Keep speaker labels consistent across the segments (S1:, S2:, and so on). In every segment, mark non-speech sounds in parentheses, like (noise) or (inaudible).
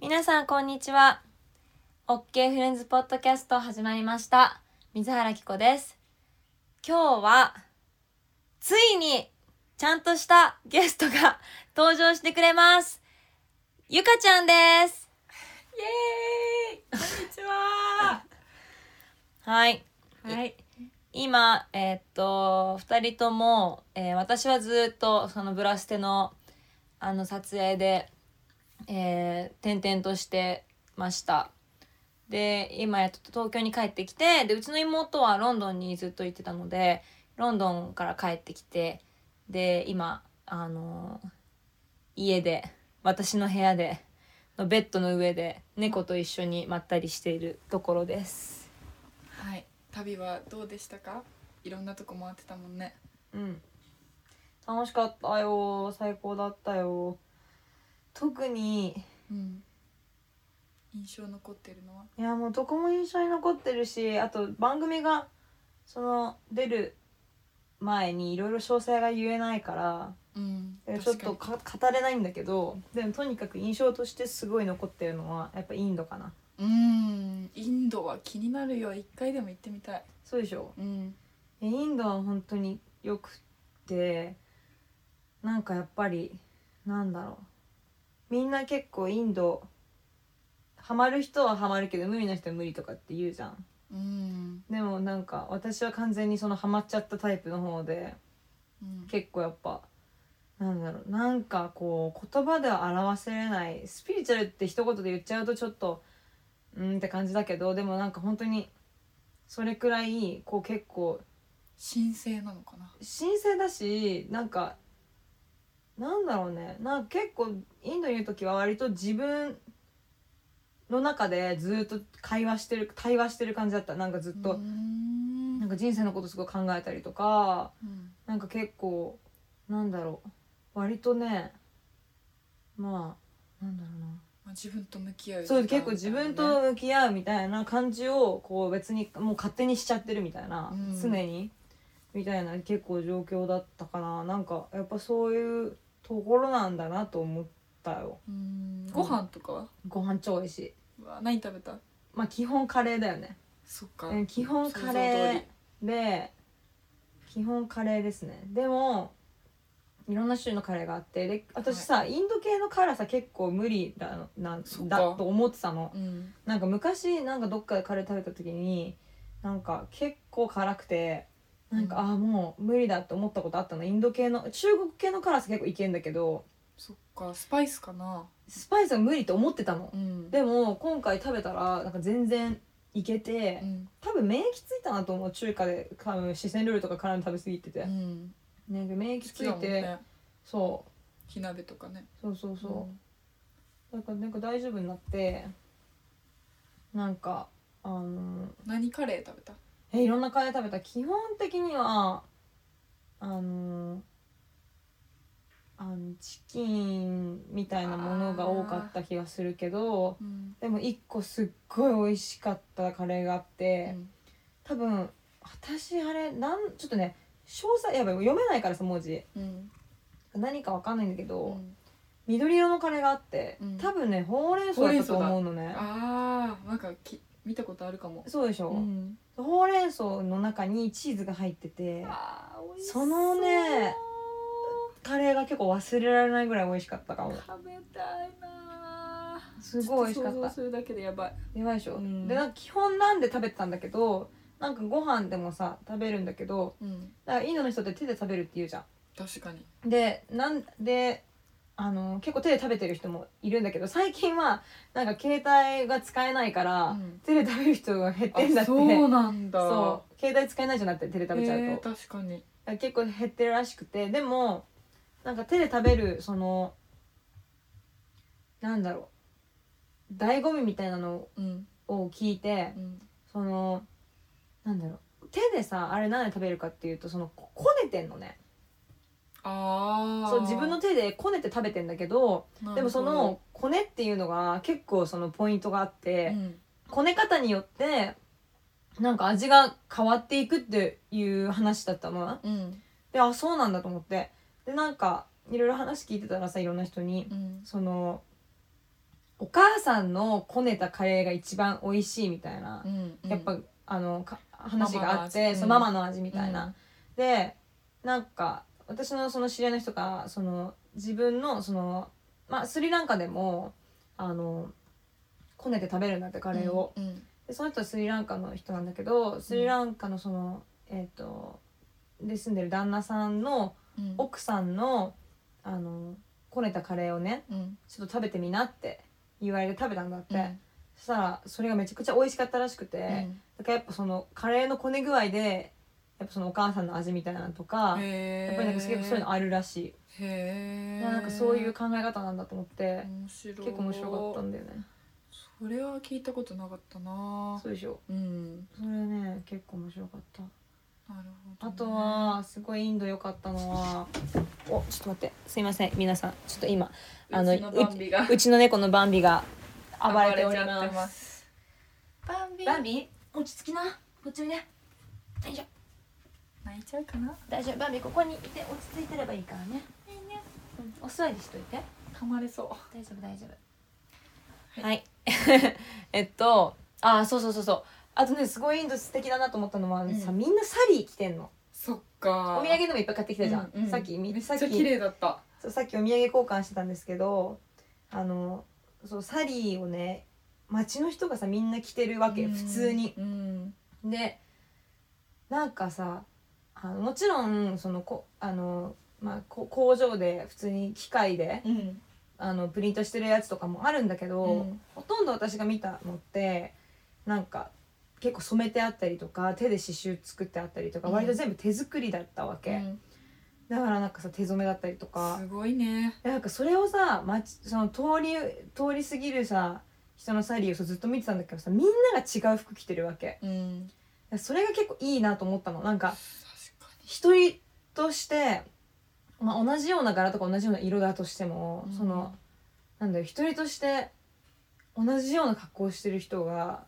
S1: 皆さんこんにちは OK フレンズポッドキャスト始まりました水原希子です今日はついにちゃんとしたゲストが登場してくれますゆかちゃんです
S2: イエーイこんにちは
S1: はい
S2: はい
S1: 今えーっと2人とも、えー私はずっとそのブラステのあの撮影で、えー転々としてましたで今やっと東京に帰ってきてでうちの妹はロンドンにずっと行ってたのでロンドンから帰ってきてで今あのー家で私の部屋でのベッドの上で猫と一緒にまったりしているところです。
S2: はい旅はどうでしたかいろんなとこ回ってたもんね
S1: うん。楽しかったよ。最高だったよ。特に、
S2: うん印象残ってるのはい
S1: や、もうどこも印象に残ってるし、あと番組が、その、出る前にいろいろ詳細が言えないから、
S2: うん
S1: えちょっとか語れないんだけど、でもとにかく印象としてすごい残ってるのは、やっぱインドかな。
S2: うんインドは気になるよ一回でも行ってみたい
S1: そうでしょ
S2: うん
S1: えインドは本当によくってなんかやっぱりなんだろうみんな結構インドハマる人はハマるけど無理な人は無理とかって言うじゃん
S2: うん、
S1: でもなんか私は完全にそのハマっちゃったタイプの方で
S2: うん、
S1: 結構やっぱなんだろうなんかこう言葉では表せれないスピリチュアルって一言で言っちゃうとちょっとうーんって感じだけどでもなんか本当にそれくらいこう結構
S2: 神聖なのかな
S1: 神聖だしなんかなんだろうねなんか結構インドにいる時は割と自分の中でずっと会話してる対話してる感じだったなんかずっと、
S2: うん
S1: なんか人生のことすごい考えたりとか
S2: うん
S1: なんか結構なんだろう割とねまあなんだろうな
S2: まあ、自分と向き合う
S1: そう
S2: 時
S1: 結
S2: 間
S1: 構自分
S2: みたいなね
S1: と向き合うみたいな感じをこう別にもう勝手にしちゃってるみたいな、
S2: うん
S1: 常にみたいな結構状況だったかななんかやっぱそういうところなんだなと思ったよ
S2: うんご飯とかは、
S1: ご飯超美味しいう
S2: わ何食べた
S1: まあ基本カレーだよね
S2: そっか
S1: うん基本カレーで基本カレーですねでもいろんな種類のカレーがあってで私さ、インド系の辛さ結構無理だのなん
S2: そっか
S1: だと思ってたの
S2: 想像通りうん
S1: なんか昔なんかどっかでカレー食べた時になんか結構辛くてなんか、
S2: うん
S1: ああもう無理だって思ったことあったのインド系の中国系の辛さ結構いけんだけど
S2: そっかスパイスかな
S1: スパイスは無理と思ってたの
S2: うん
S1: でも今回食べたらなんか全然いけて、
S2: うん
S1: 多分免疫ついたなと思う中華で多分四川料理とか辛いの食べ過ぎてて
S2: う、ん
S1: なんか免疫
S2: 好
S1: つ
S2: きだ
S1: い
S2: もん
S1: て、
S2: ね
S1: そ
S2: 火鍋とかね
S1: うそうそうそう、だからなんか大丈夫になってなんかあのー
S2: うん何カレー食べた
S1: えいろんなカレー食べた基本的にはあのーあのチキンみたいなものが多かった気がするけど
S2: うん
S1: でも一個すっごい美味しかったカレーがあって、多分私あれなんちょっとね詳細やばい読めないからさ文字
S2: うん
S1: 何かわかんないんだけど、
S2: うん
S1: 緑色のカレーがあって、
S2: うん
S1: 多分ねほうれん草だったと思うのね
S2: あーなんかき見たことあるかも
S1: そうでしょ、
S2: うん
S1: ほうれん草の中にチーズが入ってて
S2: あー美味し
S1: そのねカレーが結構忘れられないぐらい美味しかったかも
S2: 食べたいなー
S1: すごい美味しかっ
S2: ちょと想像
S1: た
S2: するだけでやばい
S1: やばいでしょ、
S2: うん
S1: でなんか基本なんで食べてたんだけどなんかご飯でもさ食べるんだけど
S2: うん
S1: だからインドの人って手で食べるって言うじゃ
S2: 確かに
S1: んでなんであの結構手で食べてる人もいるんだけど最近はなんか携帯が使えないから、
S2: うん
S1: 手で食べる人が減ってんだ
S2: あ
S1: って
S2: そうなんだ
S1: そう携帯使えないじゃなくて手で食べちゃうと、
S2: へー確かに
S1: 結構減ってるらしくてでもなんか手で食べるそのなんだろう醍醐味みたいなの
S2: うん
S1: を聞いて
S2: うん
S1: そのなんだろう手でさあれ何で食べるかっていうとそのここねてんのね
S2: ああ
S1: そう自分の手でこねて食べてんだけどでもそのこねっていうのが結構そのポイントがあって、
S2: うん
S1: こね方によってなんか味が変わっていくっていう話だったのな
S2: うん
S1: であそうなんだと思ってでなんかいろいろ話聞いてたらさいろんな人に
S2: うん
S1: そのお母さんのこねたカレーが一番美味しいみたいな、
S2: うんうん
S1: やっぱあのか話があっ
S2: ママの
S1: て
S2: 味
S1: そうママの味みたいな。
S2: うん
S1: でなんか私のその知り合いの人がその自分のその、まあ、スリランカでもあのこねて食べるんだってカレーを。
S2: うんうん
S1: でその人はスリランカの人なんだけどスリランカのその、えっ、とで住んでる旦那さんの
S2: うん
S1: 奥さんのあのこねたカレーをね
S2: うん
S1: ちょっと食べてみなって言われて食べたんだって、
S2: うん
S1: そしたらそれがめちゃくちゃ美味しかったらしくて、だからやっぱそのカレーのこね具合でやっぱそのお母さんの味みたいなのとか、
S2: へ
S1: や
S2: ー
S1: っぱりなんか結構そういうのあるらしい、
S2: へえ
S1: なんかそういう考え方なんだと思って
S2: 面白い
S1: 結構面白かったんだよね
S2: それは聞いたことなかったな
S1: そうでしょ
S2: うん
S1: それね結構面白かった
S2: なるほどね
S1: あとはすごいインド良かったのはおちょっと待ってすいません皆さんちょっと今あの
S2: うちのバンビ
S1: (laughs)
S2: が
S1: うちの猫のバンビが暴れており
S2: 暴ちゃ
S1: ま
S2: っ
S1: す
S2: てすバンビ
S1: バンビ落ち着きなこっちおいで大丈夫
S2: 泣いちゃうかな
S1: 大丈夫バンビここにいて落ち着いてればいいからね、うん、お座りしといて
S2: 噛まれそ
S1: 大丈夫大丈夫はい (laughs) えっとあそうそうそうそうあとねすごいインド素敵だなと思ったのは、
S2: うん
S1: さみんなサリー着てんの
S2: うそっか
S1: お土産でもいっぱい買ってきたじゃん、
S2: うんうん
S1: さっきみ
S2: めっち
S1: さ
S2: ゃ
S1: っき
S2: 綺麗だった
S1: そうさっきお土産交換してたんですけどあのそうサリーをね街の人がさみんな着てるわけ、
S2: うん
S1: 普通に。
S2: うん
S1: でなんかさあのもちろんそのこあの、まあ、こ工場で普通に機械で
S2: うん
S1: あのプリントしてるやつとかもあるんだけど、
S2: うん
S1: ほとんど私が見たのってなんか結構染めてあったりとか手で刺繍作ってあったりとか、
S2: うん
S1: 割と全部手作りだったわけ、
S2: うん
S1: だからなんかさ手染めだったりとか。
S2: すごいね
S1: なんかそれをさ、ま、その通り通り過ぎるさ人のサリーをさずっと見てたんだけどさみんなが違う服着てるわけ
S2: うん
S1: それが結構いいなと思ったのなんか
S2: 確か
S1: 一人として、まあ、同じような柄とか同じような色だとしても、
S2: に
S1: そのなんだよ一人として同じような格好をしてる人が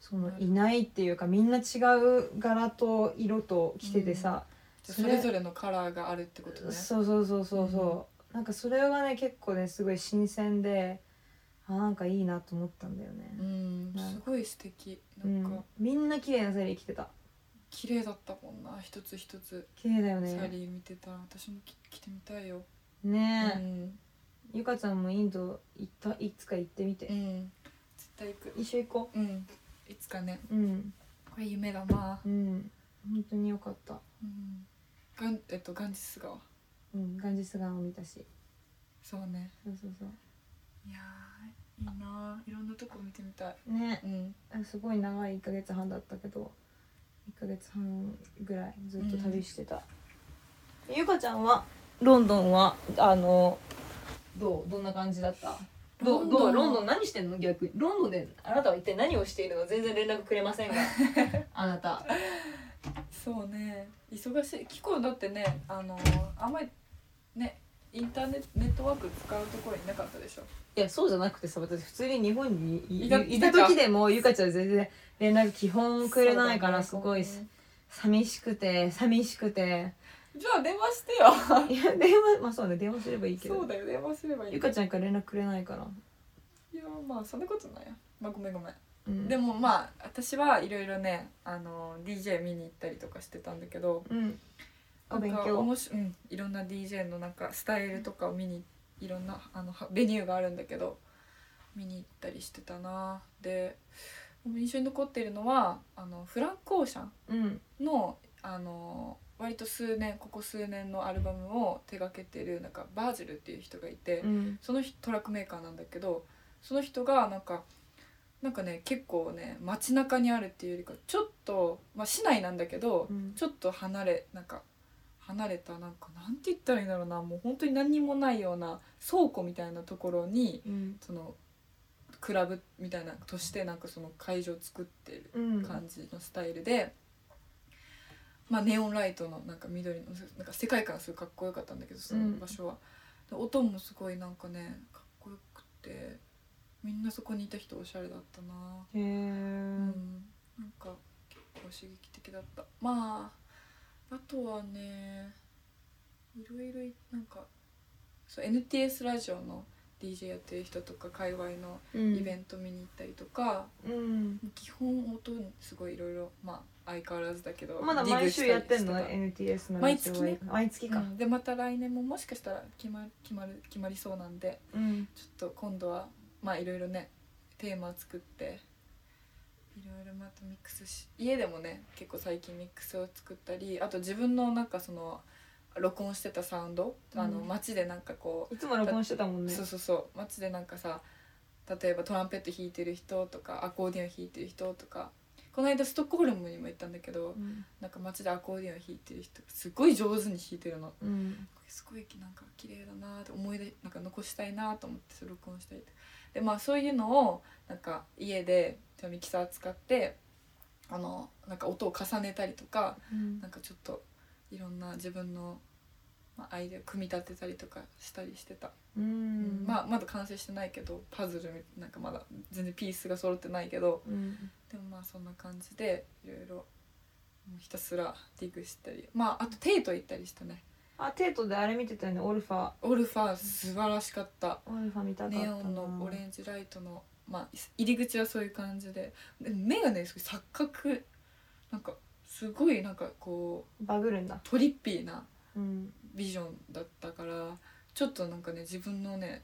S1: そのいないっていうかみんな違う柄と色と着ててさ、
S2: じゃあそれぞれのカラーがあるってことね
S1: そうそうそうそうそう、なんかそれがね結構ねすごい新鮮であなんかいいなと思ったんだよね
S2: う、んすごい素敵なん
S1: う
S2: か
S1: んみんな綺麗なサリー着てた
S2: 綺麗だったもんな一つ一つ
S1: 綺麗だよ
S2: サ
S1: ね
S2: リー見てたら私もき着てみたいよう
S1: ねえ、
S2: ん
S1: ゆかちゃんもインド行ったいつか行ってみて
S2: う、ん絶対行く
S1: 一緒行こ
S2: うんいつかね
S1: ううん
S2: これ夢だな
S1: うん本当によかった
S2: うんガンえっとガンジス川
S1: うんガンジス川を見たし
S2: そうね
S1: そうそうそ
S2: いやーいいなーいろんなとこ見てみたいう
S1: ね
S2: うん
S1: あすごい長い1ヶ月半だったけど1ヶ月半ぐらいずっと旅してた、ゆかちゃんはロンドンはあのどうどんな感じだったどうどうロンドン何してんの逆にロンドンであなたは一体何をしているの全然連絡くれませんが (laughs) あなた
S2: そうね忙しい結構だってねあのーあんまりねインターネネットワーク使うところいなかったでしょ
S1: いやそうじゃなくてさ私普通に日本にい
S2: いた
S1: いた時でもゆかちゃん全然連絡基本くれないからす
S2: そうだね
S1: ごいす寂しくて寂しく
S2: (laughs)
S1: て
S2: じゃあ電話してよ
S1: いや電話まあそうね電話すればいいけど
S2: そうだよ電話すればいい
S1: ゆかちゃんから連絡くれないから、
S2: いやまあそんなことないよまあごめんごめん
S1: うん、
S2: でもまあ私はいろいろねあの DJ 見に行ったりとかしてたんだけど
S1: うんお勉
S2: なんか
S1: 強
S2: 面白いうん、いろんな DJ のなんかスタイルとかを見にいろんなあのはベニューがあるんだけど見に行ったりしてたなで印象に残っているのはあのフランク・オーシャン
S1: うん
S2: のあの割と数年ここ数年のアルバムを手掛けてるなんかバージルっていう人がいて、
S1: うん
S2: その人トラックメーカーなんだけどその人がなんかなんかね結構ね街中にあるっていうよりかちょっと、まあ、市内なんだけど、
S1: うん
S2: ちょっと離れなんか離れたなんかなんて言ったらいいんだろうなもう本当に何にもないような倉庫みたいなところに
S1: うん
S2: そのクラブみたいなとしてなんかその会場を作ってる
S1: うん
S2: 感じのスタイルで、まあ、ネオンライトのなんか緑のなんか世界観すごいかっこよかったんだけどその場所は、で音もすごいなんかねかっこよくてみんなそこにいた人おしゃれだったな、
S1: へえ
S2: うんなんか結構刺激的だったまああとはねいろいろいなんかそう NTS ラジオの DJ やってる人とか界隈の
S1: うん
S2: イベント見に行ったりとか、
S1: うん
S2: 基本音にすごいいろいろまあ相変わらずだけど
S1: まだ
S2: ディグ
S1: 毎
S2: した
S1: 週
S2: り
S1: やってんの
S2: してた
S1: NTS の
S2: 毎月ね
S1: 毎月
S2: う
S1: か
S2: んでまた来年ももしかしたら決まる決まる決まりそうなんで
S1: うん
S2: ちょっと今度はまあいろいろねテーマ作っていろいろまたミックスし家でもね結構最近ミックスを作ったりあと自分のなんかその録音してたサウンド、あの
S1: うん
S2: 街でなんかこ
S1: いつも録音してたも
S2: う、
S1: んね
S2: そうそうそう街でなんかさ例えばトランペット弾いてる人とかアコーディオン弾いてる人とかこの間ストックホルムにも行ったんだけ
S1: う
S2: ど
S1: ん
S2: なんか街でアコーディオン弾いてる人がすごい上手に弾いてるの
S1: うん
S2: すごいなんか綺麗だなって思い出なんか残したいなと思ってそれ録音したりとでまあそういうのをなんか家でそのミキサー使ってあのなんか音を重ねたりとか
S1: うん
S2: なんかちょっといろんな自分の、まあ、アイデアを組み立てたりとかしたりしてた、
S1: うん
S2: まあまだ完成してないけどパズルみなんかまだ全然ピースが揃ってないけど
S1: うん
S2: でもまあそんな感じでいろいろもうひたすらディグしたりまああとテイト行ったりしたね
S1: あテートであれ見てたよねオルファ
S2: オルファ素晴らしかった
S1: オルファ見たかったな
S2: ネオンのオレンジライトの、まあ、入り口はそういう感じでで目がねすごい錯覚なんかすごいなんかこ
S1: バグるんだ
S2: うトリッピーな
S1: うん
S2: ビジョンだったからちょっとなんかね自分のね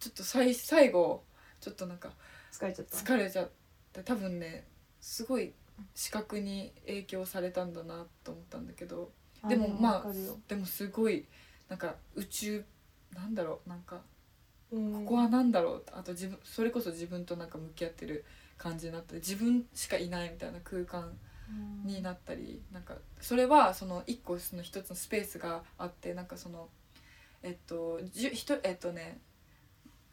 S2: ちょっと最最後ちょっとなんか
S1: 疲れちゃった
S2: 疲れちゃって多分ねすごい視覚に影響されたんだなと思ったんだけど
S1: あ
S2: でもま
S1: わ
S2: あ
S1: かるよ
S2: でもすごいなんか宇宙なんだろうなんか
S1: うん
S2: ここは何だろうあと自分それこそ自分となんか向き合ってる感じになって自分しかいないみたいな空間
S1: うん
S2: になったりなんかそれはその一個その一つのスペースがあってなんかそのえっとじゅひとえっとね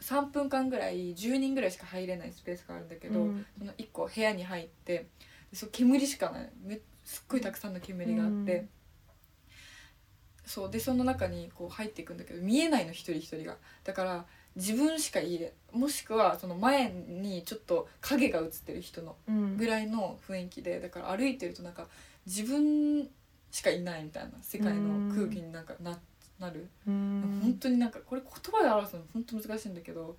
S2: 3分間ぐらい10人ぐらいしか入れないスペースがあるんだけど、
S1: うん
S2: その1個部屋に入ってそう煙しかないめすっごいたくさんの煙があって、
S1: うん
S2: そうでその中にこう入っていくんだけど見えないの一人一人がだから自分しかいれもしくはその前にちょっと影が映ってる人の
S1: うん
S2: ぐらいの雰囲気でだから歩いてるとなんか自分しかいないみたいな世界の空気になんかな,、なる
S1: うん
S2: 本当になんかこれ言葉で表すの本当難しいんだけど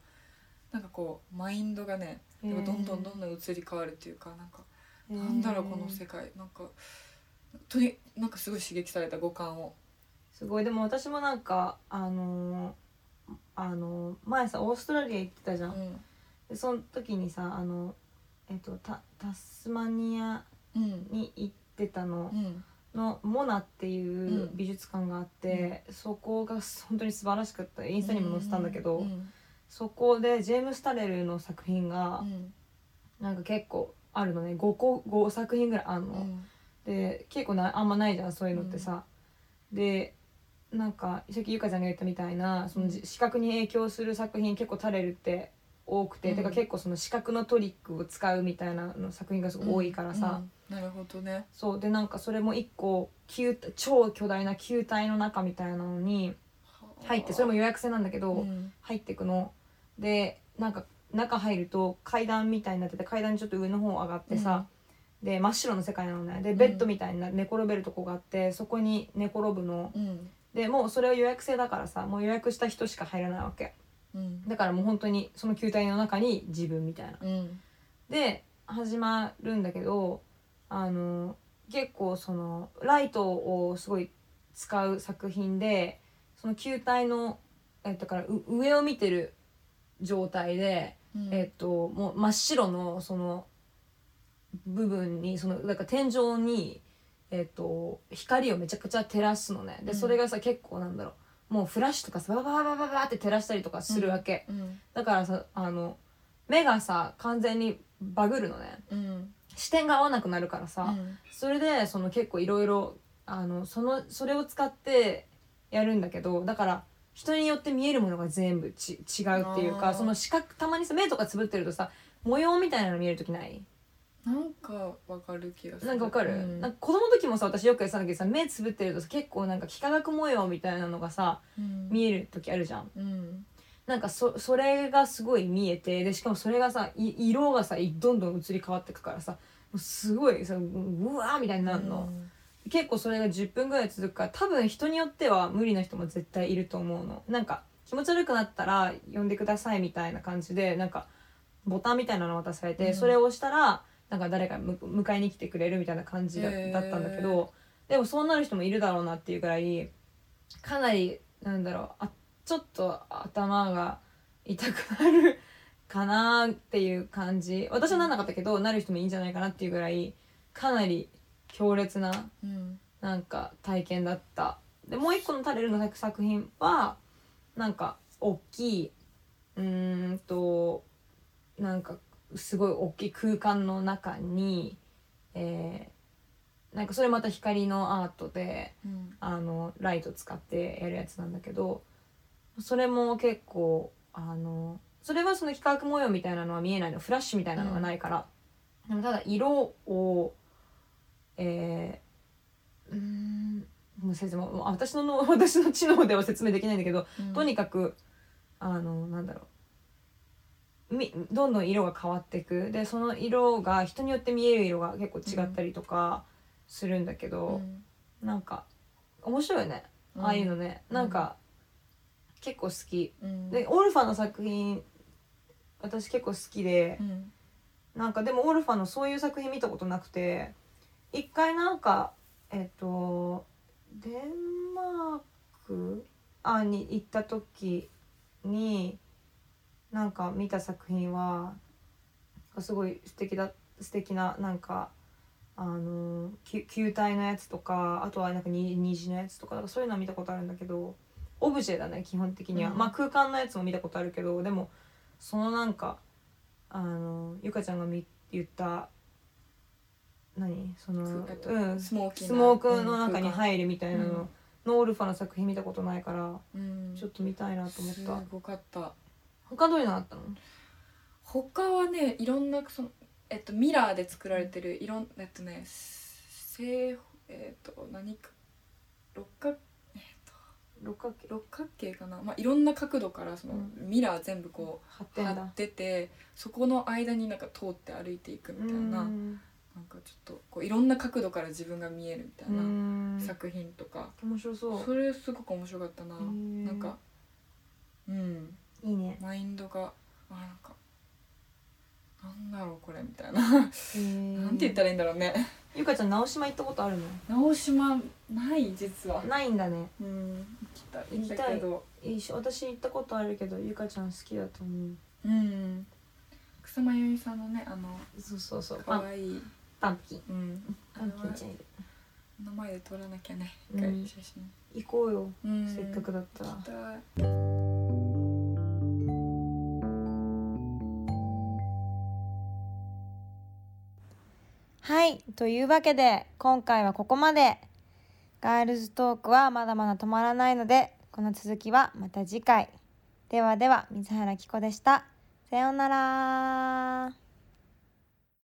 S2: なんかこうマインドがね
S1: え
S2: ど
S1: ー
S2: んどんどんどん移り変わるっていうかなんかなんだろうこの世界なんかとになんかすごい刺激された五感を
S1: すごいでも私もなんかあのーあのー前さオーストラリア行ってたじゃ、
S2: うんん
S1: でその時にさあのえっとタタスマニア
S2: うん
S1: に行ってたの
S2: うん
S1: のモナっていううん美術館があって、そこが本当に素晴らしかったインスタにも載せたんだけど、
S2: うん
S1: そこでジェームス・タレルの作品
S2: う
S1: が
S2: ん
S1: なんか結構あるのね5個5作品ぐらいあるの、
S2: うん
S1: で結構なあんまないじゃんそういうのってさ、でなんかさっきゆかちゃんが言ったみたいなそのじ視覚に影響する作品結構タレルって多くて、
S2: うん
S1: だから結構その視覚のトリックを使うみたいなの作品がすごい多いからさ、
S2: うんなるほどね
S1: そうでなんかそれも一個球体超巨大な球体の中みたいなのに入ってそれも予約制なんだけど、
S2: うん
S1: 入ってくのでなんか中入ると階段みたいになってて階段にちょっと上の方上がってさ、で真っ白の世界なのねで
S2: ん
S1: ベッドみたいにな寝転べるとこがあってそこに寝転ぶの
S2: うん
S1: でもうそれは予約制だからさもう予約した人しか入らないわけ
S2: うん
S1: だからもう本当にその球体の中に自分みたいな
S2: うん
S1: で始まるんだけどあの結構そのライトをすごい使う作品でその球体のえだからう上を見てる状態で、
S2: うん
S1: えっともう真っ白のその部分にそのだから天井に、えっと光をめちゃくちゃ照らすのねで、
S2: うん
S1: それがさ結構なんだろうもうフラッシュとかさババババババって照らしたりとかするわけ、
S2: うん
S1: だからさあの目がさ完全にバグるのね
S2: うん
S1: 視点が合わなくなるからさ、
S2: うん
S1: それでその結構いろいろあのそのそれを使ってやるんだけどだから人によって見えるものが全部ち違うっていう
S2: あ
S1: か
S2: ー
S1: その視覚たまにさ目とかつぶってるとさ模様みたいなの見える時ない
S2: なんかわかる気がする
S1: なんかわかる、
S2: うん
S1: なんか子供の時もさ私よくやってたんだけどさ目つぶってるとさ結構なんか幾何学模様みたいなのがさ
S2: うん
S1: 見える時あるじゃん
S2: うん
S1: なんかそそれがすごい見えてでしかもそれがさい色がさいどんどん移り変わってくからさもうすごいさううわーみたいになるの、結構それが10分ぐらい続くから多分人によっては無理な人も絶対いると思うのなんか気持ち悪くなったら呼んでくださいみたいな感じでなんかボタンみたいなの渡されて、
S2: うん
S1: それを押したらなんか誰かむ迎えに来てくれるみたいな感じだ,、
S2: へー
S1: だったんだけどでもそうなる人もいるだろうなっていうぐらいかなりなんだろうあちょっと頭が痛くなるかなっていう感じ私はなんなかったけどなる人もいいんじゃないかなっていうぐらいかなり強烈な
S2: うん
S1: なんか体験だったでもう一個の「タレル」の作作品はなんか大きいうーんとなんかすごい大きい空間の中に、えーなんかそれまた光のアートで
S2: うん
S1: あのライト使ってやるやつなんだけどそれも結構あのそれはその幾何模様みたいなのは見えないのフラッシュみたいなのがないから、でもただ色をえー、うーんもう先生ももう私のの (laughs) 私の知能では説明できないんだけど、とにかくあのなんだろうみどんどん色が変わっていくでその色が人によって見える色が結構違ったりとかするんだけど。
S2: うん
S1: なんか面白いね、ああいうのね
S2: うん
S1: なんか、結構好き
S2: うん
S1: でオルファの作品私結構好きで
S2: う、ん
S1: なんかでもオルファのそういう作品見たことなくて一回なんかえっとデンマークあに行った時になんか見た作品はすごい素敵だ素敵ななんかあのき球体のやつとかあとはなんかに虹のやつとかなんかそういうのは見たことあるんだけどオブジェだね基本的には、
S2: うん
S1: まあ空間のやつも見たことあるけどでもそのなんかあのゆかちゃんがみ言った何その
S2: くえっと
S1: うん
S2: スモーキーな
S1: スモークの中に
S2: うん空間
S1: 入るみたいなの、
S2: うん
S1: ノールファの作品見たことないから
S2: うん
S1: ちょっと見たいなと思っ
S2: す
S1: た、
S2: ごかった
S1: 他どういうのあったの
S2: 他はねいろんなその、えっと、ミラーで作られてるいろんえっとね正えっと何か六角
S1: 六角形
S2: 六角形かな、まあ、いろんな角度からその、
S1: うん
S2: ミラー全部こ
S1: 発
S2: う貼
S1: 展だ
S2: っててそこの間になんか通って歩いていくみたいな
S1: う
S2: なん
S1: ん
S2: かちょっとこういろんな角度から自分が見えるみたいうなん作品とか、
S1: 面白そう
S2: それすごく面白かったな、
S1: な
S2: なんかうん
S1: いいね
S2: マインドがあなんかなんだろうこれみたいななんて言ったらいいんだろうね
S1: ゆかちゃん直島行ったことあるの
S2: 直島ない実は
S1: ないんだね
S2: うん行きたい
S1: 行きたい
S2: けど
S1: 一緒私行ったことあるけどゆかちゃん好きだと思う
S2: うん草間由美さんのねあの
S1: そうそうそうパ
S2: か
S1: ン
S2: わいい、
S1: パンプキン
S2: うん、
S1: パンプキンちゃんいる
S2: 名前で撮らなきゃね
S1: うん
S2: 一回写真、
S1: 行こうよ
S2: うん
S1: せっかくだった
S2: 行
S1: ら
S2: きたい
S1: はいというわけで今回はここまでガールズトークはまだまだ止まらないのでこの続きはまた次回ではでは水原希子でしたさようなら